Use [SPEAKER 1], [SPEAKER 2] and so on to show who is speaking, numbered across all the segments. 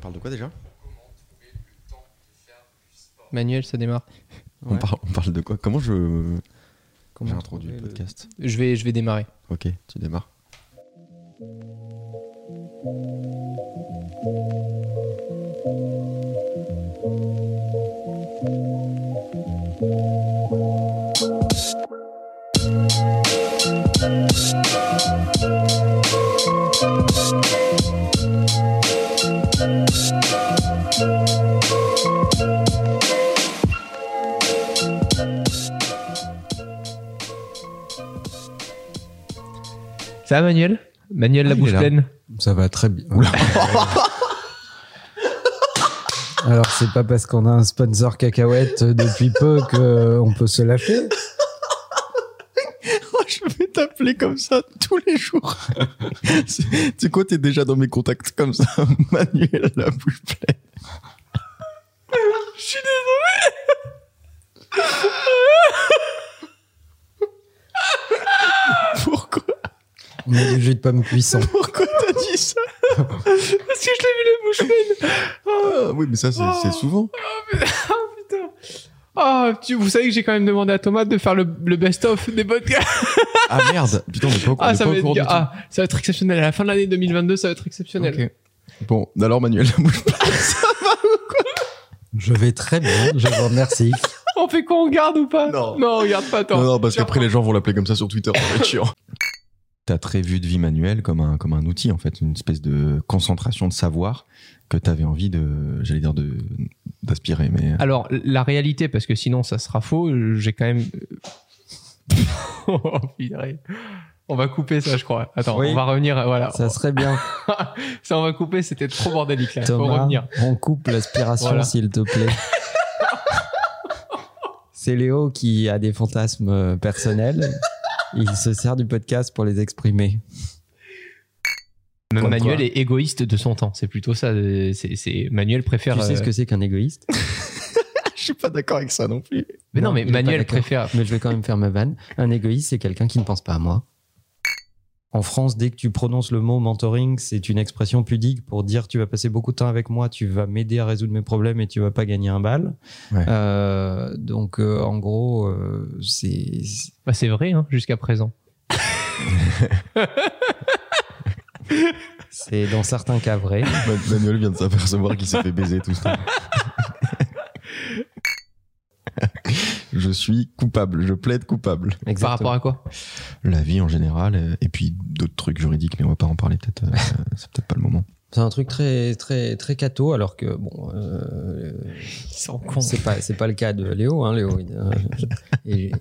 [SPEAKER 1] parle de quoi déjà
[SPEAKER 2] Manuel, ça démarre.
[SPEAKER 1] on, parle, on parle de quoi Comment je. J'ai
[SPEAKER 2] Comment
[SPEAKER 1] introduit le
[SPEAKER 2] trouver le-
[SPEAKER 1] podcast.
[SPEAKER 2] Je vais, je vais démarrer.
[SPEAKER 1] Ok, tu démarres.
[SPEAKER 2] Ça va, Manuel Manuel,
[SPEAKER 1] Ah,
[SPEAKER 2] la
[SPEAKER 3] il
[SPEAKER 2] bouche
[SPEAKER 3] est là.
[SPEAKER 2] pleine.
[SPEAKER 3] Ça va très bien. Alors, c'est pas parce qu'on a un sponsor cacahuète depuis peu qu'on peut se lâcher.
[SPEAKER 1] je vais t'appeler comme ça tous les jours. tu sais quoi, t'es déjà dans mes contacts comme ça, Manuel, la bouche pleine. je suis désolé. Pourquoi
[SPEAKER 3] On a du jus de pomme cuisson.
[SPEAKER 1] Pourquoi t'as dit ça
[SPEAKER 2] Parce que je l'ai vu la bouche pleine.
[SPEAKER 1] Ah Oui, mais ça, c'est c'est souvent.
[SPEAKER 2] Ah, tu, vous savez que j'ai quand même demandé à Thomas de faire le, le best-of des podcasts.
[SPEAKER 1] Ah merde, putain, on est pas au, on
[SPEAKER 2] Ah
[SPEAKER 1] est pas
[SPEAKER 2] ça, va
[SPEAKER 1] au
[SPEAKER 2] être,
[SPEAKER 1] courant du tout.
[SPEAKER 2] ah, ça va être exceptionnel. À la fin de l'année 2022, ça va être exceptionnel.
[SPEAKER 1] Ok. Bon, alors Manuel, la bouche pleine.
[SPEAKER 3] Je vais très bien, je vous remercie.
[SPEAKER 2] On fait quoi On garde ou pas
[SPEAKER 1] Non.
[SPEAKER 2] on garde pas. Attends.
[SPEAKER 1] Non, non, parce
[SPEAKER 2] Tiens,
[SPEAKER 1] qu'après les gens vont l'appeler comme ça sur Twitter, ça va être chiant. T'as très vu de vie manuelle comme un, comme un outil, en fait, une espèce de concentration de savoir que t'avais envie de, j'allais dire, de, d'aspirer, mais.
[SPEAKER 2] Alors, la réalité, parce que sinon ça sera faux, euh, j'ai quand même. oh, purée. On va couper ça, je crois. Attends,
[SPEAKER 3] Oui.
[SPEAKER 2] on va revenir. euh, Voilà.
[SPEAKER 3] Ça serait bien.
[SPEAKER 2] Ça, on va couper. C'était trop bordélique. Là. Faut
[SPEAKER 3] Thomas,
[SPEAKER 2] revenir.
[SPEAKER 3] on coupe l'aspiration,
[SPEAKER 2] Voilà.
[SPEAKER 3] s'il te plaît. C'est Léo qui a des fantasmes personnels. Il se sert du podcast pour les exprimer.
[SPEAKER 1] Comme
[SPEAKER 2] Manuel
[SPEAKER 1] quoi.
[SPEAKER 2] est égoïste de son temps. C'est plutôt ça. euh, C'est, c'est- Manuel préfère.
[SPEAKER 3] Tu sais
[SPEAKER 2] euh,
[SPEAKER 3] ce que c'est qu'un égoïste
[SPEAKER 1] Je suis pas d'accord avec ça non plus.
[SPEAKER 2] Mais non,
[SPEAKER 3] Non,
[SPEAKER 2] mais
[SPEAKER 3] il est pas
[SPEAKER 2] Manuel
[SPEAKER 3] d'accord.
[SPEAKER 2] préfère.
[SPEAKER 3] mais je vais quand même faire ma vanne. Un égoïste, c'est quelqu'un qui ne pense pas à moi. En France, dès que tu prononces le mot mentoring, c'est une expression pudique pour dire tu vas passer beaucoup de temps avec moi, tu vas m'aider à résoudre mes problèmes et tu vas pas gagner un bal.
[SPEAKER 1] Ouais.
[SPEAKER 3] Euh, donc euh, en gros, euh, c'est
[SPEAKER 2] Bah, c'est vrai, hein, jusqu'à présent.
[SPEAKER 3] c'est dans certains cas vrai.
[SPEAKER 1] Manuel vient de s'apercevoir qu'il s'est fait baiser tout ça. je suis coupable, je plaide coupable.
[SPEAKER 2] Par
[SPEAKER 3] Exactement.
[SPEAKER 2] rapport à quoi
[SPEAKER 1] La vie en général, euh, et puis d'autres trucs juridiques, mais on va pas en parler peut-être, euh, c'est peut-être pas le moment.
[SPEAKER 3] C'est un truc très très très cato, alors que bon, euh,
[SPEAKER 2] Ils sont cons.
[SPEAKER 3] c'est pas c'est pas le cas de Léo. hein, Léo, il- euh, et-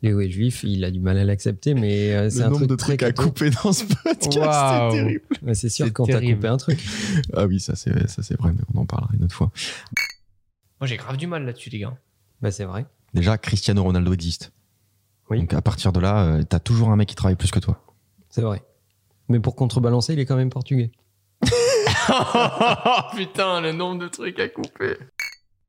[SPEAKER 3] Léo est juif, il a du mal à l'accepter, mais euh, c'est
[SPEAKER 1] le
[SPEAKER 3] un
[SPEAKER 1] nombre
[SPEAKER 3] truc
[SPEAKER 1] de
[SPEAKER 3] très
[SPEAKER 1] trucs à
[SPEAKER 3] catho.
[SPEAKER 1] couper dans ce podcast,
[SPEAKER 2] Waouh.
[SPEAKER 1] c'est terrible.
[SPEAKER 3] Mais c'est sûr
[SPEAKER 2] C'est
[SPEAKER 3] quand t'as
[SPEAKER 2] terrible.
[SPEAKER 3] coupé un truc.
[SPEAKER 1] Ah oui, ça c'est ça c'est vrai, mais on en parlera une autre fois.
[SPEAKER 2] Moi, j'ai grave du mal là-dessus, les gars.
[SPEAKER 3] Bah c'est vrai.
[SPEAKER 1] Déjà, Cristiano Ronaldo existe.
[SPEAKER 3] Oui.
[SPEAKER 1] Donc à partir de là, euh, t'as toujours un mec qui travaille plus que toi.
[SPEAKER 3] C'est vrai. Mais pour contrebalancer, il est quand même portugais.
[SPEAKER 2] Oh, Putain, le nombre de trucs à couper.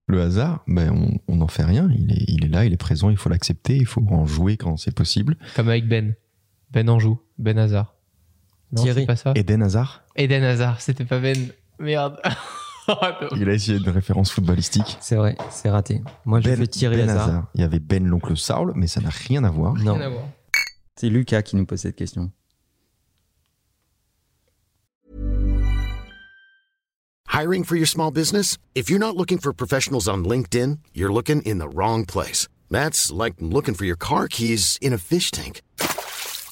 [SPEAKER 1] Le hasard, ben on- on n'en fait rien. Il est, il est là, il est présent, il faut l'accepter, il faut en jouer quand c'est possible.
[SPEAKER 2] Comme avec Ben. Ben Anjou, Ben Hazard. Non,
[SPEAKER 3] Thierry.
[SPEAKER 2] c'est pas ça.
[SPEAKER 1] Eden Hazard,
[SPEAKER 2] Eden Hazard, c'était pas Ben. Merde.
[SPEAKER 1] il a essayé une référence footballistique.
[SPEAKER 3] C'est vrai, c'est raté. Moi, je
[SPEAKER 1] Ben,
[SPEAKER 3] vais tirer
[SPEAKER 1] Ben
[SPEAKER 3] Hazard.
[SPEAKER 1] Hazard. Il y avait Ben l'oncle Saul, mais ça n'a rien à voir.
[SPEAKER 3] Non.
[SPEAKER 2] Rien à voir.
[SPEAKER 3] C'est Lucas qui nous pose cette question.
[SPEAKER 4] Hiring for your small business? If you're not looking for professionals on LinkedIn, you're looking in the wrong place. That's like looking for your car keys in a fish tank.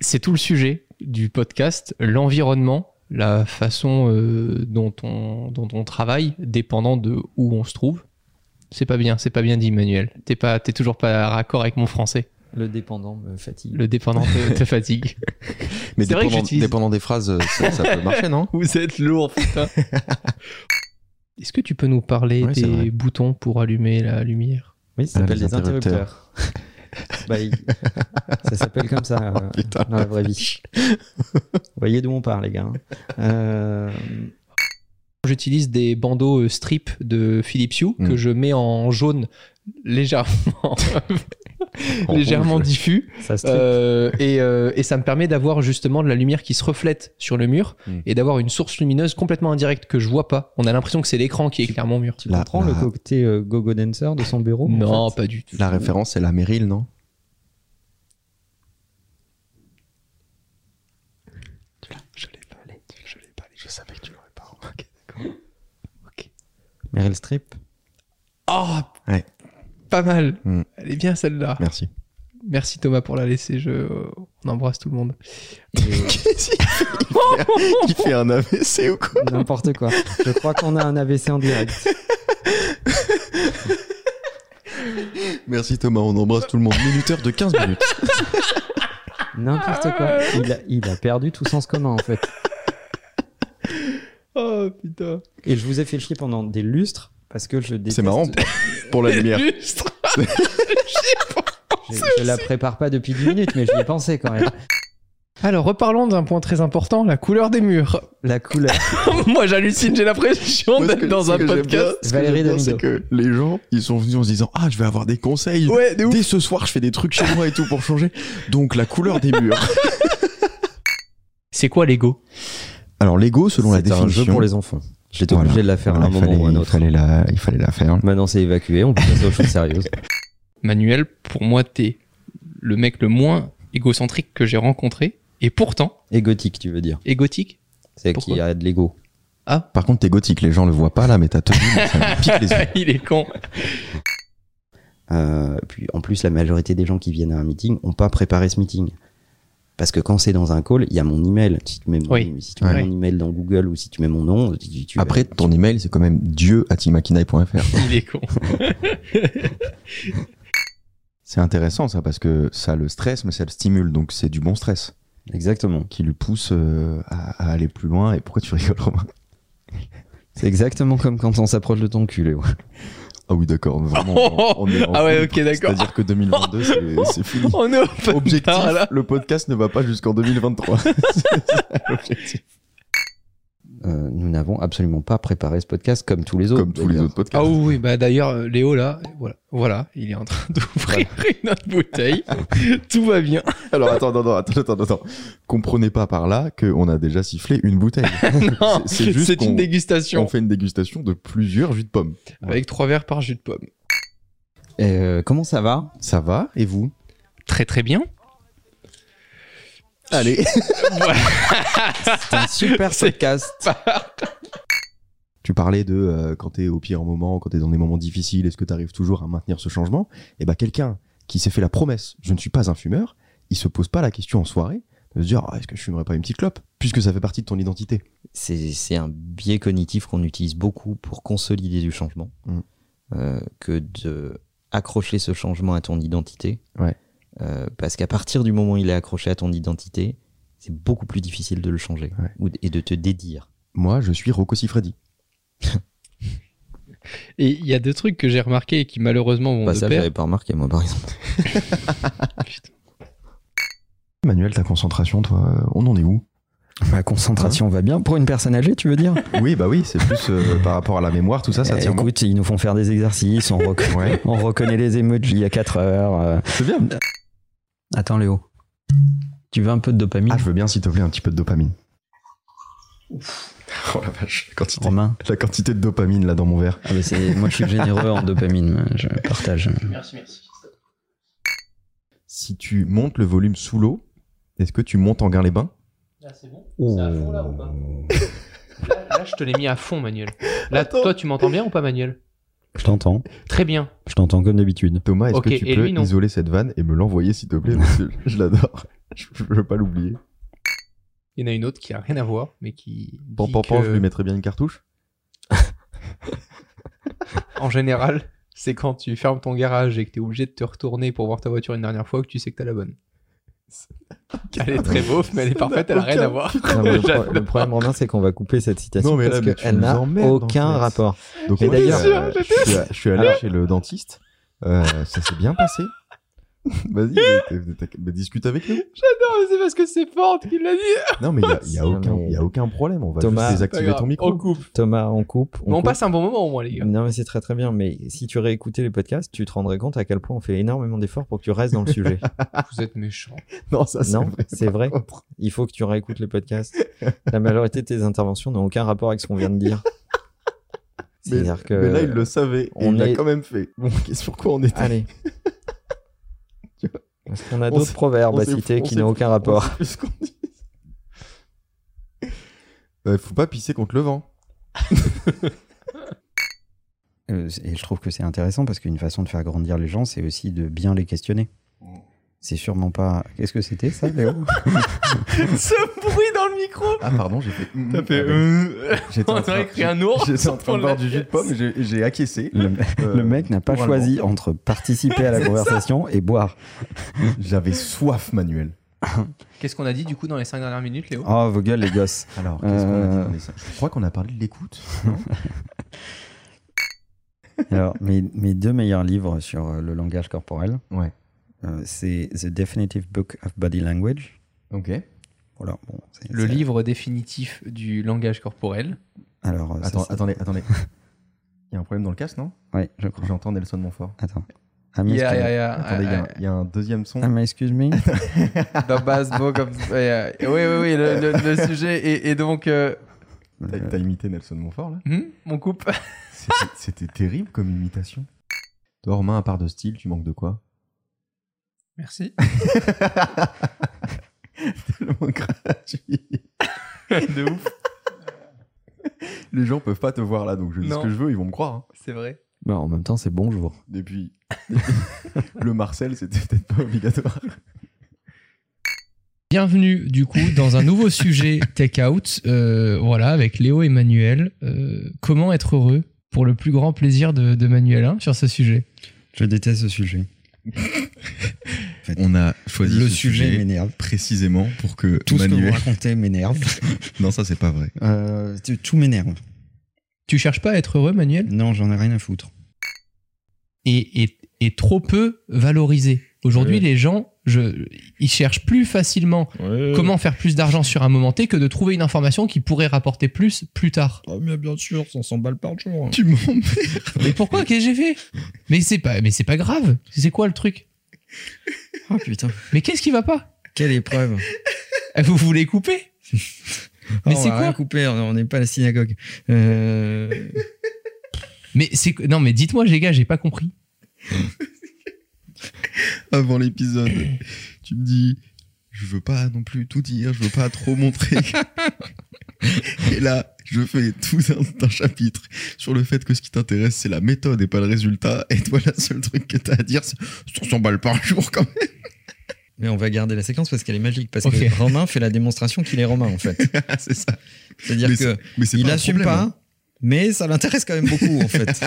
[SPEAKER 2] C'est tout le sujet du podcast, l'environnement, la façon euh, dont, on, dont on travaille, dépendant de où on se trouve. C'est pas bien, c'est pas bien dit, Manuel. T'es pas, t'es toujours pas à raccord avec mon français.
[SPEAKER 3] Le dépendant me fatigue.
[SPEAKER 2] Le dépendant te, te fatigue.
[SPEAKER 1] Mais
[SPEAKER 2] C'est vrai que
[SPEAKER 1] dépendant,
[SPEAKER 2] j'utilise-
[SPEAKER 1] dépendant des phrases, euh, ça, ça peut marcher, non
[SPEAKER 2] Vous êtes lourd, putain. Est-ce que tu peux nous parler
[SPEAKER 1] Ouais, c'est vrai.
[SPEAKER 2] des boutons pour allumer la lumière
[SPEAKER 3] Oui, ça
[SPEAKER 1] Ah,
[SPEAKER 3] s'appelle
[SPEAKER 1] les
[SPEAKER 3] des interrupteurs. Bah, il- ça s'appelle comme ça euh,
[SPEAKER 1] Oh, Putain.
[SPEAKER 3] dans la vraie vie. Vous voyez d'où on part, les gars. hein. Euh,
[SPEAKER 2] J'utilise des bandeaux euh, strip de Philips Hue
[SPEAKER 1] Mm.
[SPEAKER 2] que je mets en jaune légèrement,
[SPEAKER 1] En
[SPEAKER 2] légèrement
[SPEAKER 1] rouge.
[SPEAKER 2] diffus.
[SPEAKER 3] ça se
[SPEAKER 2] Euh, et, euh, et ça me permet d'avoir justement de la lumière qui se reflète sur le mur
[SPEAKER 1] Mm.
[SPEAKER 2] et d'avoir une source lumineuse complètement indirecte que je vois pas. On a l'impression que c'est l'écran qui éclaire mon mur.
[SPEAKER 3] Tu
[SPEAKER 1] La-
[SPEAKER 3] comprends
[SPEAKER 1] la-
[SPEAKER 3] le côté euh, gogo dancer de son bureau en
[SPEAKER 2] Non,
[SPEAKER 3] fait
[SPEAKER 2] pas du tout.
[SPEAKER 1] La référence, c'est la Meryl, non
[SPEAKER 2] Je l'ai pas. Je l'ai pas. Je savais que tu l'aurais pas.
[SPEAKER 3] Meryl Streep.
[SPEAKER 2] Oh
[SPEAKER 1] Ouais.
[SPEAKER 2] Pas mal.
[SPEAKER 1] Mm.
[SPEAKER 2] Elle est bien celle-là.
[SPEAKER 1] Merci.
[SPEAKER 2] Merci Thomas pour la laisser. Je... On embrasse tout le monde.
[SPEAKER 1] Qu'est-ce qu'il fait Il fait un AVC ou quoi
[SPEAKER 3] N'importe quoi. Je crois qu'on a un AVC en direct.
[SPEAKER 1] Merci Thomas, on embrasse tout le monde. Minuteur de 15 minutes.
[SPEAKER 3] N'importe quoi. Il a, il a perdu tout sens commun en fait.
[SPEAKER 2] Oh putain.
[SPEAKER 3] Et je vous ai fait chier pendant des lustres parce que je déteste.
[SPEAKER 1] C'est marrant pour la lumière.
[SPEAKER 2] Lustre.
[SPEAKER 3] Je, je la prépare pas depuis 10 minutes, mais j'y ai pensé quand même.
[SPEAKER 2] Alors reparlons d'un point très important, la couleur des murs.
[SPEAKER 3] La couleur.
[SPEAKER 2] Moi j'hallucine, j'ai l'impression
[SPEAKER 1] Moi, ce
[SPEAKER 2] d'être
[SPEAKER 1] que-
[SPEAKER 2] dans
[SPEAKER 1] ce
[SPEAKER 2] un
[SPEAKER 1] que j'aime bien,
[SPEAKER 2] podcast.
[SPEAKER 1] ce que
[SPEAKER 3] Valérie
[SPEAKER 1] j'aime bien,
[SPEAKER 3] Damido.
[SPEAKER 1] C'est que les gens, ils sont venus en se disant Ah, je vais avoir des conseils.
[SPEAKER 2] Ouais, de ouf.
[SPEAKER 1] Dès ce soir, je fais des trucs chez moi et tout pour changer. Donc, la couleur des murs.
[SPEAKER 2] C'est quoi l'ego
[SPEAKER 1] Alors, Lego, selon la
[SPEAKER 3] C'est un
[SPEAKER 1] définition.
[SPEAKER 3] jeu pour les enfants. J'étais
[SPEAKER 1] Voilà.
[SPEAKER 3] obligé de la faire
[SPEAKER 1] Voilà,
[SPEAKER 3] à un
[SPEAKER 1] il
[SPEAKER 3] moment
[SPEAKER 1] fallait-
[SPEAKER 3] ou à un autre.
[SPEAKER 1] Il fallait, la, il fallait la faire.
[SPEAKER 3] Maintenant c'est évacué, on peut passer aux choses sérieuses.
[SPEAKER 2] Manuel, pour moi, t'es le mec le moins égocentrique que j'ai rencontré. Et pourtant,
[SPEAKER 3] Égotique, tu veux dire.
[SPEAKER 2] égotique.
[SPEAKER 3] C'est
[SPEAKER 2] Pourquoi
[SPEAKER 3] qu'il y a de l'ego.
[SPEAKER 1] Par contre, t'es gothique, les gens le voient pas là, mais t'as tenu, ça me pique les yeux.
[SPEAKER 2] Il est con.
[SPEAKER 3] Euh, puis en plus, la majorité des gens qui viennent à un meeting n'ont pas préparé ce meeting. Parce que quand c'est dans un call, il y a mon email. Si tu mets mon,
[SPEAKER 2] Oui.
[SPEAKER 3] si tu mets
[SPEAKER 1] Ouais.
[SPEAKER 3] mon email dans Google ou si tu mets mon nom, tu, tu-
[SPEAKER 1] Après, ton email, c'est quand même dieu.timakinaï.fr.
[SPEAKER 2] Il est con.
[SPEAKER 1] C'est intéressant ça, parce que ça le stresse, mais ça le stimule. Donc, c'est du bon stress
[SPEAKER 3] Exactement.
[SPEAKER 1] qui lui pousse euh, à, à aller plus loin. Et pourquoi tu rigoles, Romain
[SPEAKER 3] C'est exactement comme quand on s'approche de ton cul, Léo.
[SPEAKER 1] Ah oui, d'accord, vraiment. on- on est en
[SPEAKER 2] Ah ouais,
[SPEAKER 1] couple.
[SPEAKER 2] ok, d'accord.
[SPEAKER 1] C'est-à-dire que 2022, c'est- c'est fini.
[SPEAKER 2] On est au
[SPEAKER 1] Objectif,
[SPEAKER 2] bâtard, là.
[SPEAKER 1] le podcast ne va pas jusqu'en 2023. C'est ça, l'objectif.
[SPEAKER 3] Euh, nous n'avons absolument pas préparé ce podcast comme tous les autres.
[SPEAKER 1] Comme tous les
[SPEAKER 3] d'ailleurs.
[SPEAKER 1] autres podcasts.
[SPEAKER 2] Ah oui, oui, bah d'ailleurs, euh, Léo, là, voilà, voilà, il est en train d'ouvrir une autre bouteille. Tout va bien.
[SPEAKER 1] Alors attends, attends, attends, attends, attends. Comprenez pas par là qu'on a déjà sifflé une bouteille.
[SPEAKER 2] Non,
[SPEAKER 1] C'est- c'est juste
[SPEAKER 2] C'est
[SPEAKER 1] qu'on-
[SPEAKER 2] une dégustation
[SPEAKER 1] On fait une dégustation de plusieurs jus de pommes.
[SPEAKER 2] avec trois verres par jus de pomme.
[SPEAKER 3] Euh, comment ça va
[SPEAKER 1] Ça va Et vous
[SPEAKER 2] Très très bien.
[SPEAKER 1] Allez.
[SPEAKER 3] C'est un super
[SPEAKER 2] C'est-
[SPEAKER 3] podcast.
[SPEAKER 1] Tu parlais de euh, quand t'es au pire moment, quand t'es dans des moments difficiles, est-ce que t'arrives toujours à maintenir ce changement Eh ben quelqu'un qui s'est fait la promesse, je ne suis pas un fumeur, il se pose pas la question en soirée de se dire Ah, est-ce que je fumerais pas une petite clope Puisque ça fait partie de ton identité.
[SPEAKER 3] c'est c'est un biais cognitif qu'on utilise beaucoup pour consolider du changement
[SPEAKER 1] Mm.
[SPEAKER 3] euh, que de accrocher ce changement à ton identité.
[SPEAKER 1] Ouais.
[SPEAKER 3] Euh, parce qu'à partir du moment où il est accroché à ton identité, c'est beaucoup plus difficile de le changer
[SPEAKER 1] Ouais.
[SPEAKER 3] ou d- et de te dédire.
[SPEAKER 1] Moi, je suis Rocco Siffredi.
[SPEAKER 2] Et il y a deux trucs que j'ai remarqués et qui malheureusement vont
[SPEAKER 3] Pas
[SPEAKER 2] de
[SPEAKER 3] ça,
[SPEAKER 2] pair.
[SPEAKER 3] j'avais pas remarqué moi par exemple.
[SPEAKER 2] Putain.
[SPEAKER 1] Manuel, ta concentration, toi, euh, on en est où
[SPEAKER 3] Ma concentration va bien pour une personne âgée, tu veux dire
[SPEAKER 1] Oui, bah oui, c'est plus euh, par rapport à la mémoire, tout ça, ça tient. bon.
[SPEAKER 3] Eh, Écoute, ils nous font faire des exercices, on,
[SPEAKER 1] Ouais,
[SPEAKER 3] reconnaît les émeutes il y a 4 heures. euh.
[SPEAKER 1] c'est bien.
[SPEAKER 3] Attends Léo, tu veux un peu de dopamine
[SPEAKER 1] Ah, je veux bien, s'il te plaît, un petit peu de dopamine. Oh la vache, la quantité,
[SPEAKER 3] Romain
[SPEAKER 1] la quantité de dopamine là dans mon verre.
[SPEAKER 3] Ah bah c'est- moi, je suis généreux en dopamine. Je partage.
[SPEAKER 1] Si tu montes le volume sous l'eau, est-ce que tu montes en gain les bains
[SPEAKER 2] Oh. Là, je te l'ai mis à fond, Manuel. Là,
[SPEAKER 1] Attends.
[SPEAKER 2] toi, tu m'entends bien ou pas, Manuel
[SPEAKER 3] Je t'entends.
[SPEAKER 2] Très bien.
[SPEAKER 3] Je t'entends comme d'habitude.
[SPEAKER 1] Thomas, est-ce
[SPEAKER 2] Ok,
[SPEAKER 1] que tu
[SPEAKER 2] et
[SPEAKER 1] peux
[SPEAKER 2] lui, non.
[SPEAKER 1] isoler cette vanne et me l'envoyer, s'il te plaît parce que Je l'adore. Je je veux pas l'oublier.
[SPEAKER 2] Il y en a une autre qui a rien à voir, mais qui.
[SPEAKER 1] Pan,
[SPEAKER 2] dit
[SPEAKER 1] pan, pan,
[SPEAKER 2] que,
[SPEAKER 1] je lui mettrais bien une cartouche.
[SPEAKER 2] En général, c'est quand tu fermes ton garage et que tu es obligé de te retourner pour voir ta voiture une dernière fois que tu sais que t'as la bonne. Elle est très beauf, mais elle est parfaite, elle a rien à voir.
[SPEAKER 5] Non, mais Ah, le, pro-
[SPEAKER 2] J'adore.
[SPEAKER 5] le problème, Romain, c'est qu'on va couper cette citation
[SPEAKER 1] Non, mais là,
[SPEAKER 5] parce
[SPEAKER 1] mais tu
[SPEAKER 5] qu'elle
[SPEAKER 1] nous
[SPEAKER 5] n'a
[SPEAKER 1] emmerdes, en
[SPEAKER 5] aucun
[SPEAKER 1] fait.
[SPEAKER 5] rapport.
[SPEAKER 1] Donc,
[SPEAKER 5] Et
[SPEAKER 1] moi,
[SPEAKER 5] d'ailleurs,
[SPEAKER 1] euh, je, suis, je suis allé chez le dentiste. Euh, ça s'est bien passé. Vas-y, mais t'es- t'es- mais discute avec nous.
[SPEAKER 2] mais c'est parce que c'est Ford qui l'a dit.
[SPEAKER 1] Non, mais il n'y a,
[SPEAKER 5] Non,
[SPEAKER 1] aucun-
[SPEAKER 5] mais-
[SPEAKER 1] y a aucun problème. On va
[SPEAKER 5] Thomas-
[SPEAKER 1] juste
[SPEAKER 2] Pas
[SPEAKER 1] désactiver
[SPEAKER 2] grave,
[SPEAKER 1] Bah,
[SPEAKER 2] Oh.
[SPEAKER 1] ton micro.
[SPEAKER 2] On coupe.
[SPEAKER 5] Thomas, on coupe.
[SPEAKER 2] Mais on
[SPEAKER 5] coupe.
[SPEAKER 2] passe un bon moment au moins, les gars.
[SPEAKER 5] Non, mais c'est très très bien. Mais si tu réécoutais les podcasts, tu te rendrais compte à quel point on fait énormément d'efforts pour que tu restes dans le sujet.
[SPEAKER 2] Vous êtes méchants.
[SPEAKER 1] Non, ça Ah, c'est
[SPEAKER 5] non,
[SPEAKER 1] vrai.
[SPEAKER 5] c'est vrai.
[SPEAKER 2] Eh,
[SPEAKER 1] Par contre,
[SPEAKER 5] Il faut que tu réécoutes les podcasts. La majorité de tes interventions n'ont aucun rapport avec ce qu'on vient de dire. C'est-à-dire que.
[SPEAKER 1] Mais là, il le savait. Et
[SPEAKER 5] on
[SPEAKER 1] il l'a
[SPEAKER 5] est-
[SPEAKER 1] quand même fait. Bon, qu'est-ce- sur quoi on était
[SPEAKER 5] Allez.
[SPEAKER 1] Tu
[SPEAKER 5] Parce qu'on a
[SPEAKER 1] On
[SPEAKER 5] d'autres
[SPEAKER 1] s'est-
[SPEAKER 5] proverbes
[SPEAKER 1] on
[SPEAKER 5] à
[SPEAKER 1] s'est-
[SPEAKER 5] citer
[SPEAKER 1] on
[SPEAKER 5] qui
[SPEAKER 1] s'est-
[SPEAKER 5] n'ont aucun rapport.
[SPEAKER 1] On sait plus ce qu'on dit. Euh, faut pas pisser contre le vent.
[SPEAKER 3] Euh, Et je trouve que c'est intéressant parce qu'une façon de faire grandir les gens, c'est aussi de bien les questionner.
[SPEAKER 1] Mm.
[SPEAKER 3] C'est sûrement pas. Qu'est-ce que c'était ça, Léo
[SPEAKER 2] Ce bruit dans le micro.
[SPEAKER 1] Ah, pardon, j'ai fait.
[SPEAKER 2] T'as fait.
[SPEAKER 1] Avec-
[SPEAKER 2] euh,
[SPEAKER 1] J'étais
[SPEAKER 2] On
[SPEAKER 1] en train,
[SPEAKER 2] dirait qu'il y a un ours.
[SPEAKER 1] j'étais en train de boire
[SPEAKER 2] dans
[SPEAKER 1] du jus de pomme et j'ai- et j'ai acquiescé.
[SPEAKER 3] le,
[SPEAKER 1] Euh,
[SPEAKER 3] le mec n'a pas
[SPEAKER 1] moralement.
[SPEAKER 3] choisi entre participer à la conversation et boire.
[SPEAKER 1] J'avais soif, Manuel.
[SPEAKER 2] Qu'est-ce qu'on a dit du coup dans les 5 dernières minutes,
[SPEAKER 1] Ah,
[SPEAKER 2] Léo
[SPEAKER 3] Oh, vos gueules, les gosses.
[SPEAKER 1] Alors,
[SPEAKER 3] qu'est-ce qu'on a
[SPEAKER 1] Euh.
[SPEAKER 3] dit dans
[SPEAKER 1] Je crois qu'on a parlé de l'écoute.
[SPEAKER 3] Alors, mes, mes deux meilleurs livres sur euh, le langage corporel,
[SPEAKER 1] Ouais.
[SPEAKER 3] euh, c'est The Definitive Book of Body Language.
[SPEAKER 1] Ok.
[SPEAKER 3] Voilà, bon, c'est-
[SPEAKER 2] Le
[SPEAKER 3] c'est-
[SPEAKER 2] livre définitif du langage corporel.
[SPEAKER 3] Alors, euh, ça,
[SPEAKER 1] Attends,
[SPEAKER 3] c'est-
[SPEAKER 1] attendez, attendez. Il y a un problème dans le casque, non
[SPEAKER 3] Ouais, je crois.
[SPEAKER 1] J'entends Nelson Montfort.
[SPEAKER 3] Attends. Ah, mais
[SPEAKER 2] Yeah,
[SPEAKER 3] excuse-
[SPEAKER 2] yeah, yeah.
[SPEAKER 1] Attendez, il y a un- il y, a un deuxième son.
[SPEAKER 3] Ah, mais excuse me.
[SPEAKER 2] Ah, The Bass Book of- yeah. euh, Oui, oui, oui, le, le- le sujet est, est donc. euh,
[SPEAKER 1] T'as t'as imité Nelson Montfort, là
[SPEAKER 2] hmm, on coupe.
[SPEAKER 1] C'était- C'était terrible comme imitation. Toi, Romain, à part de style, tu manques de quoi
[SPEAKER 2] Merci.
[SPEAKER 1] Tellement gratuit.
[SPEAKER 2] De ouf,
[SPEAKER 1] Les gens peuvent pas te voir là, donc je dis
[SPEAKER 2] Non.
[SPEAKER 1] ce que je veux, ils vont me croire. hein.
[SPEAKER 2] c'est vrai.
[SPEAKER 5] Bah, en même temps, c'est bonjour.
[SPEAKER 1] Depuis, le Marcel, c'était peut-être pas obligatoire.
[SPEAKER 2] Bienvenue du coup dans un nouveau sujet Take Out, euh, voilà, avec Léo et Manuel. Euh, comment être heureux pour le plus grand plaisir de, de Manuel hein, sur ce sujet
[SPEAKER 3] Je déteste ce sujet.
[SPEAKER 1] On a choisi
[SPEAKER 3] le sujet m'énerve.
[SPEAKER 1] précisément pour que
[SPEAKER 3] Tout ce que vous racontez m'énerve.
[SPEAKER 1] Non, ça c'est pas vrai.
[SPEAKER 3] Euh, t- tout m'énerve.
[SPEAKER 2] Tu cherches pas à être heureux, Manuel
[SPEAKER 3] Non, j'en ai rien à foutre.
[SPEAKER 2] et, et, et trop peu valorisé. Aujourd'hui,
[SPEAKER 6] Ouais.
[SPEAKER 2] les gens, je, ils cherchent plus facilement
[SPEAKER 6] Ouais.
[SPEAKER 2] comment faire plus d'argent sur un moment T que de trouver une information qui pourrait rapporter plus plus tard.
[SPEAKER 6] Ah, mais bien sûr, 500 balles par jour.
[SPEAKER 1] Tu mens.
[SPEAKER 2] Mais pourquoi Qu'est-ce que j'ai fait Mais c'est pas, mais c'est pas grave. C'est quoi le truc
[SPEAKER 3] Oh putain,
[SPEAKER 2] Mais qu'est-ce qui va pas
[SPEAKER 3] quelle épreuve.
[SPEAKER 2] Eh, Vous voulez couper Mais
[SPEAKER 3] Oh, on
[SPEAKER 2] c'est
[SPEAKER 3] va rien
[SPEAKER 2] quoi
[SPEAKER 3] couper, on n'est pas à la synagogue. Euh,
[SPEAKER 2] Mais c'est non, mais dites-moi, les gars, j'ai pas compris.
[SPEAKER 1] avant l'épisode, tu me dis je veux pas non plus tout dire, je veux pas trop montrer. et là, je fais tout un, un chapitre sur le fait que ce qui t'intéresse, c'est la méthode et pas le résultat. Et toi, le seul truc que t'as à dire, c'est 500 balles par jour quand même.
[SPEAKER 3] mais on va garder la séquence parce qu'elle est magique. Parce
[SPEAKER 2] Ok.
[SPEAKER 3] que Romain fait la démonstration qu'il est Romain, en fait.
[SPEAKER 1] c'est ça.
[SPEAKER 3] C'est-à-dire
[SPEAKER 1] Mais
[SPEAKER 3] que
[SPEAKER 1] c'est- mais c'est
[SPEAKER 3] il
[SPEAKER 1] un
[SPEAKER 3] assume
[SPEAKER 1] problème, hein.
[SPEAKER 3] pas, mais ça l'intéresse quand même beaucoup, en fait.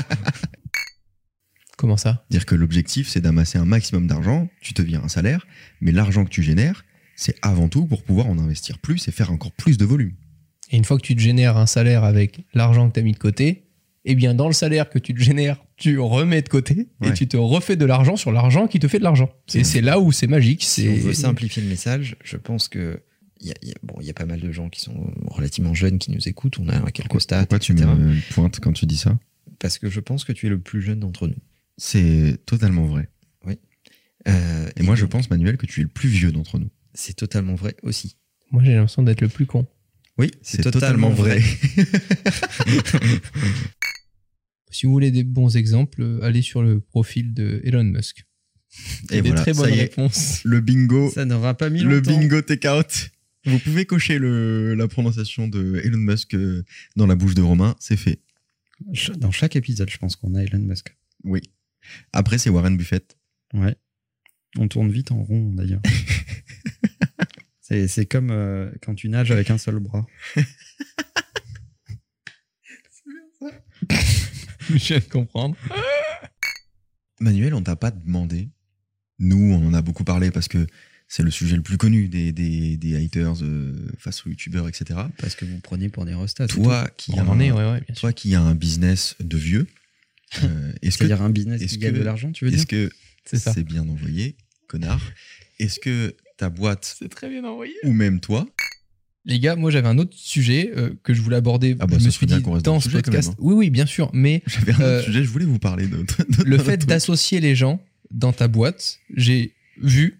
[SPEAKER 2] Comment ça
[SPEAKER 7] Dire que l'objectif, c'est d'amasser un maximum d'argent, tu te viens un salaire, mais l'argent que tu génères, c'est avant tout pour pouvoir en investir plus et faire encore plus de volume.
[SPEAKER 2] Et une fois que tu te génères un salaire avec l'argent que t'as mis de côté, eh bien dans le salaire que tu te génères, tu remets de côté et
[SPEAKER 7] Ouais.
[SPEAKER 2] tu te refais de l'argent sur l'argent qui te fait de l'argent. Et c'est là où c'est magique.
[SPEAKER 3] si on
[SPEAKER 2] C'est
[SPEAKER 3] veut simplifier le message, je pense que il y, a- il y a- bon, il y a pas mal de gens qui sont relativement jeunes qui nous écoutent. On a quelques stats,
[SPEAKER 7] Pourquoi tu
[SPEAKER 3] etc.
[SPEAKER 7] me pointes quand tu dis ça
[SPEAKER 3] Parce que je pense que tu es le plus jeune d'entre nous.
[SPEAKER 7] C'est totalement vrai.
[SPEAKER 3] Euh,
[SPEAKER 7] Et moi, je
[SPEAKER 3] donc,
[SPEAKER 7] pense, Manuel, que tu es le plus vieux d'entre nous.
[SPEAKER 3] c'est totalement vrai aussi.
[SPEAKER 2] Moi, j'ai l'impression d'être le plus con.
[SPEAKER 7] Oui,
[SPEAKER 3] c'est totalement
[SPEAKER 2] Si vous voulez des bons exemples, euh, allez sur le profil de Elon Musk. Il y
[SPEAKER 7] et
[SPEAKER 2] a des
[SPEAKER 7] voilà,
[SPEAKER 2] très bonnes
[SPEAKER 7] ça y est.
[SPEAKER 2] réponses.
[SPEAKER 7] Le
[SPEAKER 1] Oh.
[SPEAKER 7] bingo,
[SPEAKER 3] Ça n'aura pas mis
[SPEAKER 7] le
[SPEAKER 3] longtemps.
[SPEAKER 7] bingo take-out. Vous pouvez cocher le, la prononciation de Elon Musk euh, dans la bouche de Romain, c'est fait.
[SPEAKER 3] Ch- Dans chaque épisode, je pense qu'on a Elon Musk.
[SPEAKER 7] Oui. Après, c'est Warren Buffett.
[SPEAKER 3] Ouais. On tourne vite en rond d'ailleurs. c'est c'est comme euh, quand tu nages avec un seul bras.
[SPEAKER 2] Je viens de comprendre.
[SPEAKER 7] Manuel, on t'a pas demandé. Nous, on en a beaucoup parlé parce que
[SPEAKER 1] C'est le sujet le plus connu des, des, des haters euh, face aux youtubeurs, etc.
[SPEAKER 8] Parce que vous prenez pour des restats. c'est
[SPEAKER 1] Toi qui,
[SPEAKER 2] On
[SPEAKER 1] a
[SPEAKER 2] en est,
[SPEAKER 1] un,
[SPEAKER 2] ouais, ouais, bien sûr.
[SPEAKER 1] toi qui a un business de vieux, euh,
[SPEAKER 8] tout.
[SPEAKER 1] est-ce que
[SPEAKER 8] C'est-à-dire un business
[SPEAKER 1] est-ce
[SPEAKER 8] qui gagne
[SPEAKER 1] que-
[SPEAKER 8] de l'argent, tu veux dire
[SPEAKER 1] est-ce que
[SPEAKER 2] C'est ça.
[SPEAKER 1] c'est bien envoyé, connard Est-ce que ta boîte
[SPEAKER 2] C'est très bien envoyé.
[SPEAKER 1] ou même toi
[SPEAKER 2] Les gars, moi j'avais un autre sujet euh, que je voulais aborder.
[SPEAKER 1] Ah bah,
[SPEAKER 2] je
[SPEAKER 1] ça serait
[SPEAKER 2] me suis
[SPEAKER 1] bien
[SPEAKER 2] dit
[SPEAKER 1] qu'on reste dans
[SPEAKER 2] dans
[SPEAKER 1] le
[SPEAKER 2] ce
[SPEAKER 1] sujet quand
[SPEAKER 2] podcast.
[SPEAKER 1] même, hein.
[SPEAKER 2] Oui, oui, bien sûr. Mais
[SPEAKER 1] J'avais un autre
[SPEAKER 2] Euh,
[SPEAKER 1] sujet, je voulais vous parler de. de- de-
[SPEAKER 2] le
[SPEAKER 1] d'un
[SPEAKER 2] fait
[SPEAKER 1] autre
[SPEAKER 2] d'associer les gens dans ta boîte, j'ai vu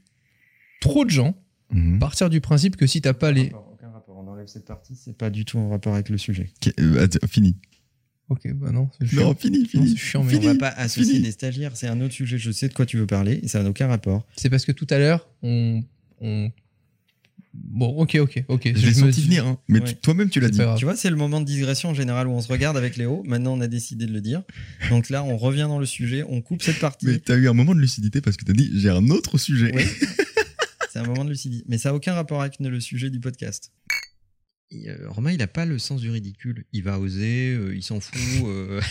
[SPEAKER 2] trop de gens
[SPEAKER 1] truc. Mhm.
[SPEAKER 2] partir du principe que si t'as pas les.
[SPEAKER 3] Aucun rapport, on enlève cette partie, c'est pas du tout en rapport avec le sujet.
[SPEAKER 1] Ok, euh, attends, fini.
[SPEAKER 2] Ok, bah non, c'est chiant.
[SPEAKER 1] Non, fini,
[SPEAKER 2] Non,
[SPEAKER 1] fini.
[SPEAKER 2] c'est chiant, mais
[SPEAKER 1] Fini.
[SPEAKER 3] on va pas associer
[SPEAKER 1] fini.
[SPEAKER 3] des stagiaires, c'est un autre sujet, je sais de quoi tu veux parler, et ça n'a aucun rapport.
[SPEAKER 2] C'est parce que tout à l'heure, on, on- Bon, ok, ok, ok.
[SPEAKER 1] Je l'ai
[SPEAKER 2] me
[SPEAKER 1] senti
[SPEAKER 2] suis-
[SPEAKER 1] venir, hein, mais
[SPEAKER 3] Ouais.
[SPEAKER 1] tu- toi-même tu l'as
[SPEAKER 2] C'est
[SPEAKER 1] dit.
[SPEAKER 2] pas grave.
[SPEAKER 3] Tu vois, c'est le moment de digression en général où on se regarde avec Léo, maintenant on a décidé de le dire. Donc là, on revient dans le sujet, on coupe cette partie.
[SPEAKER 1] Mais t'as eu un moment de lucidité parce que t'as dit j'ai un autre sujet.
[SPEAKER 3] Ouais. C'est un moment de lucidité. Mais ça n'a aucun rapport avec le sujet du podcast. euh, Romain, il n'a pas le sens du ridicule. Il va oser, euh, il s'en fout. euh,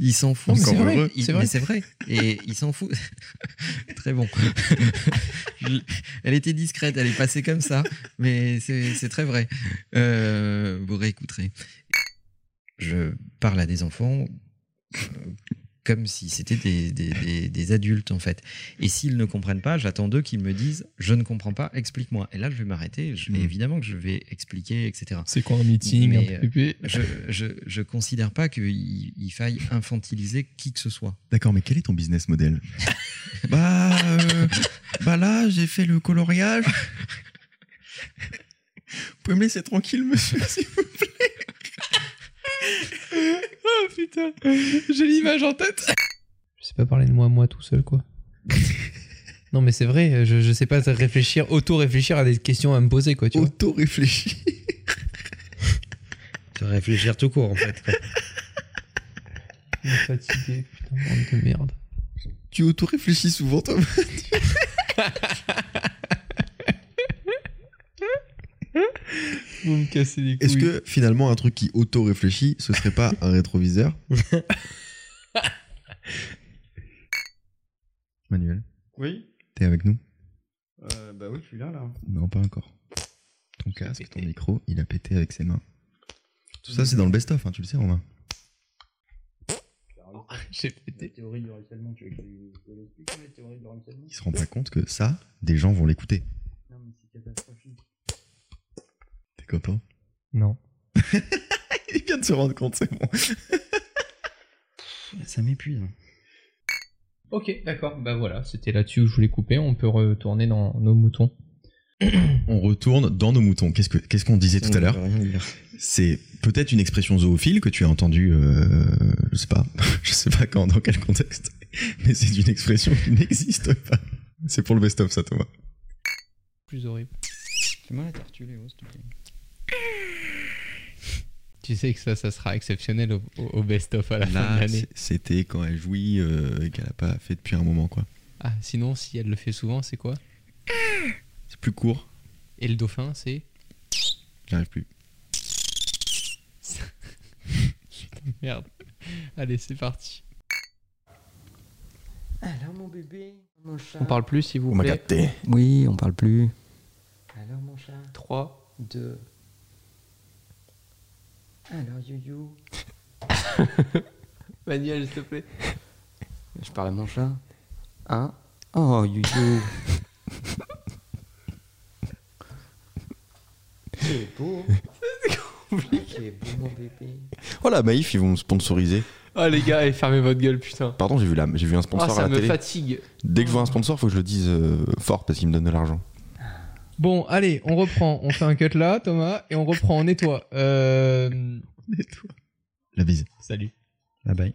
[SPEAKER 3] il s'en fout.
[SPEAKER 2] Non, mais
[SPEAKER 3] Encore
[SPEAKER 2] c'est vrai,
[SPEAKER 3] heureux. Il-
[SPEAKER 2] c'est vrai.
[SPEAKER 3] mais c'est vrai. Et il s'en fout. Très bon. Je- elle était discrète, elle est passée comme ça. Mais c'est c'est très vrai. Euh, vous réécouterez. Je parle à des enfants euh, comme si c'était des- des- des- des adultes, en fait. Et s'ils ne comprennent pas, j'attends d'eux qu'ils me disent je ne comprends pas, explique-moi. Et là, je vais m'arrêter. Je vais,
[SPEAKER 1] Mm.
[SPEAKER 3] Évidemment que je vais expliquer, etc.
[SPEAKER 2] C'est quoi un meeting
[SPEAKER 3] Mais,
[SPEAKER 2] un
[SPEAKER 3] euh,
[SPEAKER 2] PP?
[SPEAKER 3] Je je, je considère pas qu'il il faille infantiliser qui que ce soit.
[SPEAKER 1] D'accord, mais quel est ton business model Bah, euh, bah là, j'ai fait le coloriage. Vous pouvez me laisser tranquille, monsieur, s'il vous plaît.
[SPEAKER 2] Ah putain, j'ai l'image en tête. Je sais pas parler de moi à moi tout seul quoi. non mais c'est vrai, je, je sais pas réfléchir, auto-réfléchir à des questions à me poser quoi, tu vois.
[SPEAKER 1] Auto-réfléchi.
[SPEAKER 8] De réfléchir tout court, en fait.
[SPEAKER 2] Je suis fatigué, putain, bande de merde.
[SPEAKER 1] Tu auto-réfléchis souvent, toi
[SPEAKER 2] Vous me cassez les couilles.
[SPEAKER 1] Est-ce que finalement, un truc qui auto-réfléchit, ce serait pas un rétroviseur Manuel,
[SPEAKER 8] Oui
[SPEAKER 1] t'es avec nous
[SPEAKER 8] Bah oui, je suis là, là.
[SPEAKER 1] Non, pas encore. Ton casque, ton micro, il a pété avec ses mains. Tout
[SPEAKER 8] Mm.
[SPEAKER 1] ça, c'est dans le best-of, hein, tu le sais, Romain.
[SPEAKER 2] j'ai pété
[SPEAKER 8] théorie du harcèlement, tu veux que je l'explique, la théorie du harcèlement
[SPEAKER 1] Ils se rendent pas compte que ça, des gens vont l'écouter.
[SPEAKER 8] Non, mais c'est catastrophique.
[SPEAKER 1] T'es content
[SPEAKER 2] Non.
[SPEAKER 1] Il vient de se rendre compte, c'est bon.
[SPEAKER 8] Ça m'épuise.
[SPEAKER 2] Ok, d'accord. Bah voilà, c'était là-dessus où je voulais couper. On peut retourner dans nos moutons.
[SPEAKER 1] On retourne dans nos moutons. Qu'est-ce que- qu'est-ce qu'on disait tout à l'heure C'est peut-être une expression zoophile que tu as entendue, euh, je sais pas, je sais pas quand, dans quel contexte, mais c'est une expression qui n'existe pas. C'est pour le best-of, ça, Thomas.
[SPEAKER 2] Plus horrible.
[SPEAKER 3] Fais-moi la tortue,
[SPEAKER 2] oh,
[SPEAKER 3] Léo, s'il te plaît.
[SPEAKER 2] Tu sais que ça, ça sera exceptionnel au, au- au best-of à la fin de l'année.
[SPEAKER 1] c'était quand elle jouit euh, et qu'elle a pas fait depuis un moment, quoi.
[SPEAKER 2] Ah, sinon, si elle le fait souvent, c'est quoi
[SPEAKER 1] C'est plus court,
[SPEAKER 2] Et le dauphin, c'est.
[SPEAKER 1] j'arrive plus.
[SPEAKER 2] Merde. Allez, c'est parti.
[SPEAKER 6] Alors mon bébé, mon chat.
[SPEAKER 2] On parle plus, s'il vous plaît.
[SPEAKER 3] Oui, on parle plus.
[SPEAKER 6] Alors mon chat,
[SPEAKER 2] 3.
[SPEAKER 6] deux. Alors Youyou.
[SPEAKER 2] Manuel, s'il te plaît.
[SPEAKER 6] Je parle à mon chat. Un. Oh Youyou. Tu es beau. Tu es beau mon bébé.
[SPEAKER 9] Oh la Maïf, ils vont me sponsoriser.
[SPEAKER 2] Ah, les gars, allez, fermez votre gueule, putain.
[SPEAKER 9] Pardon, j'ai vu, la- j'ai vu un
[SPEAKER 2] Ah,
[SPEAKER 9] sponsor à
[SPEAKER 2] ça
[SPEAKER 9] la
[SPEAKER 2] me
[SPEAKER 9] télé.
[SPEAKER 2] fatigue.
[SPEAKER 9] Dès que je vois un sponsor, faut que je le dise euh, fort parce qu'il me donne de l'argent.
[SPEAKER 2] Bon, allez, on reprend. On fait un cut là, Thomas, et on reprend. On nettoie. Euh...
[SPEAKER 1] La bise.
[SPEAKER 2] Salut.
[SPEAKER 8] Bye bye.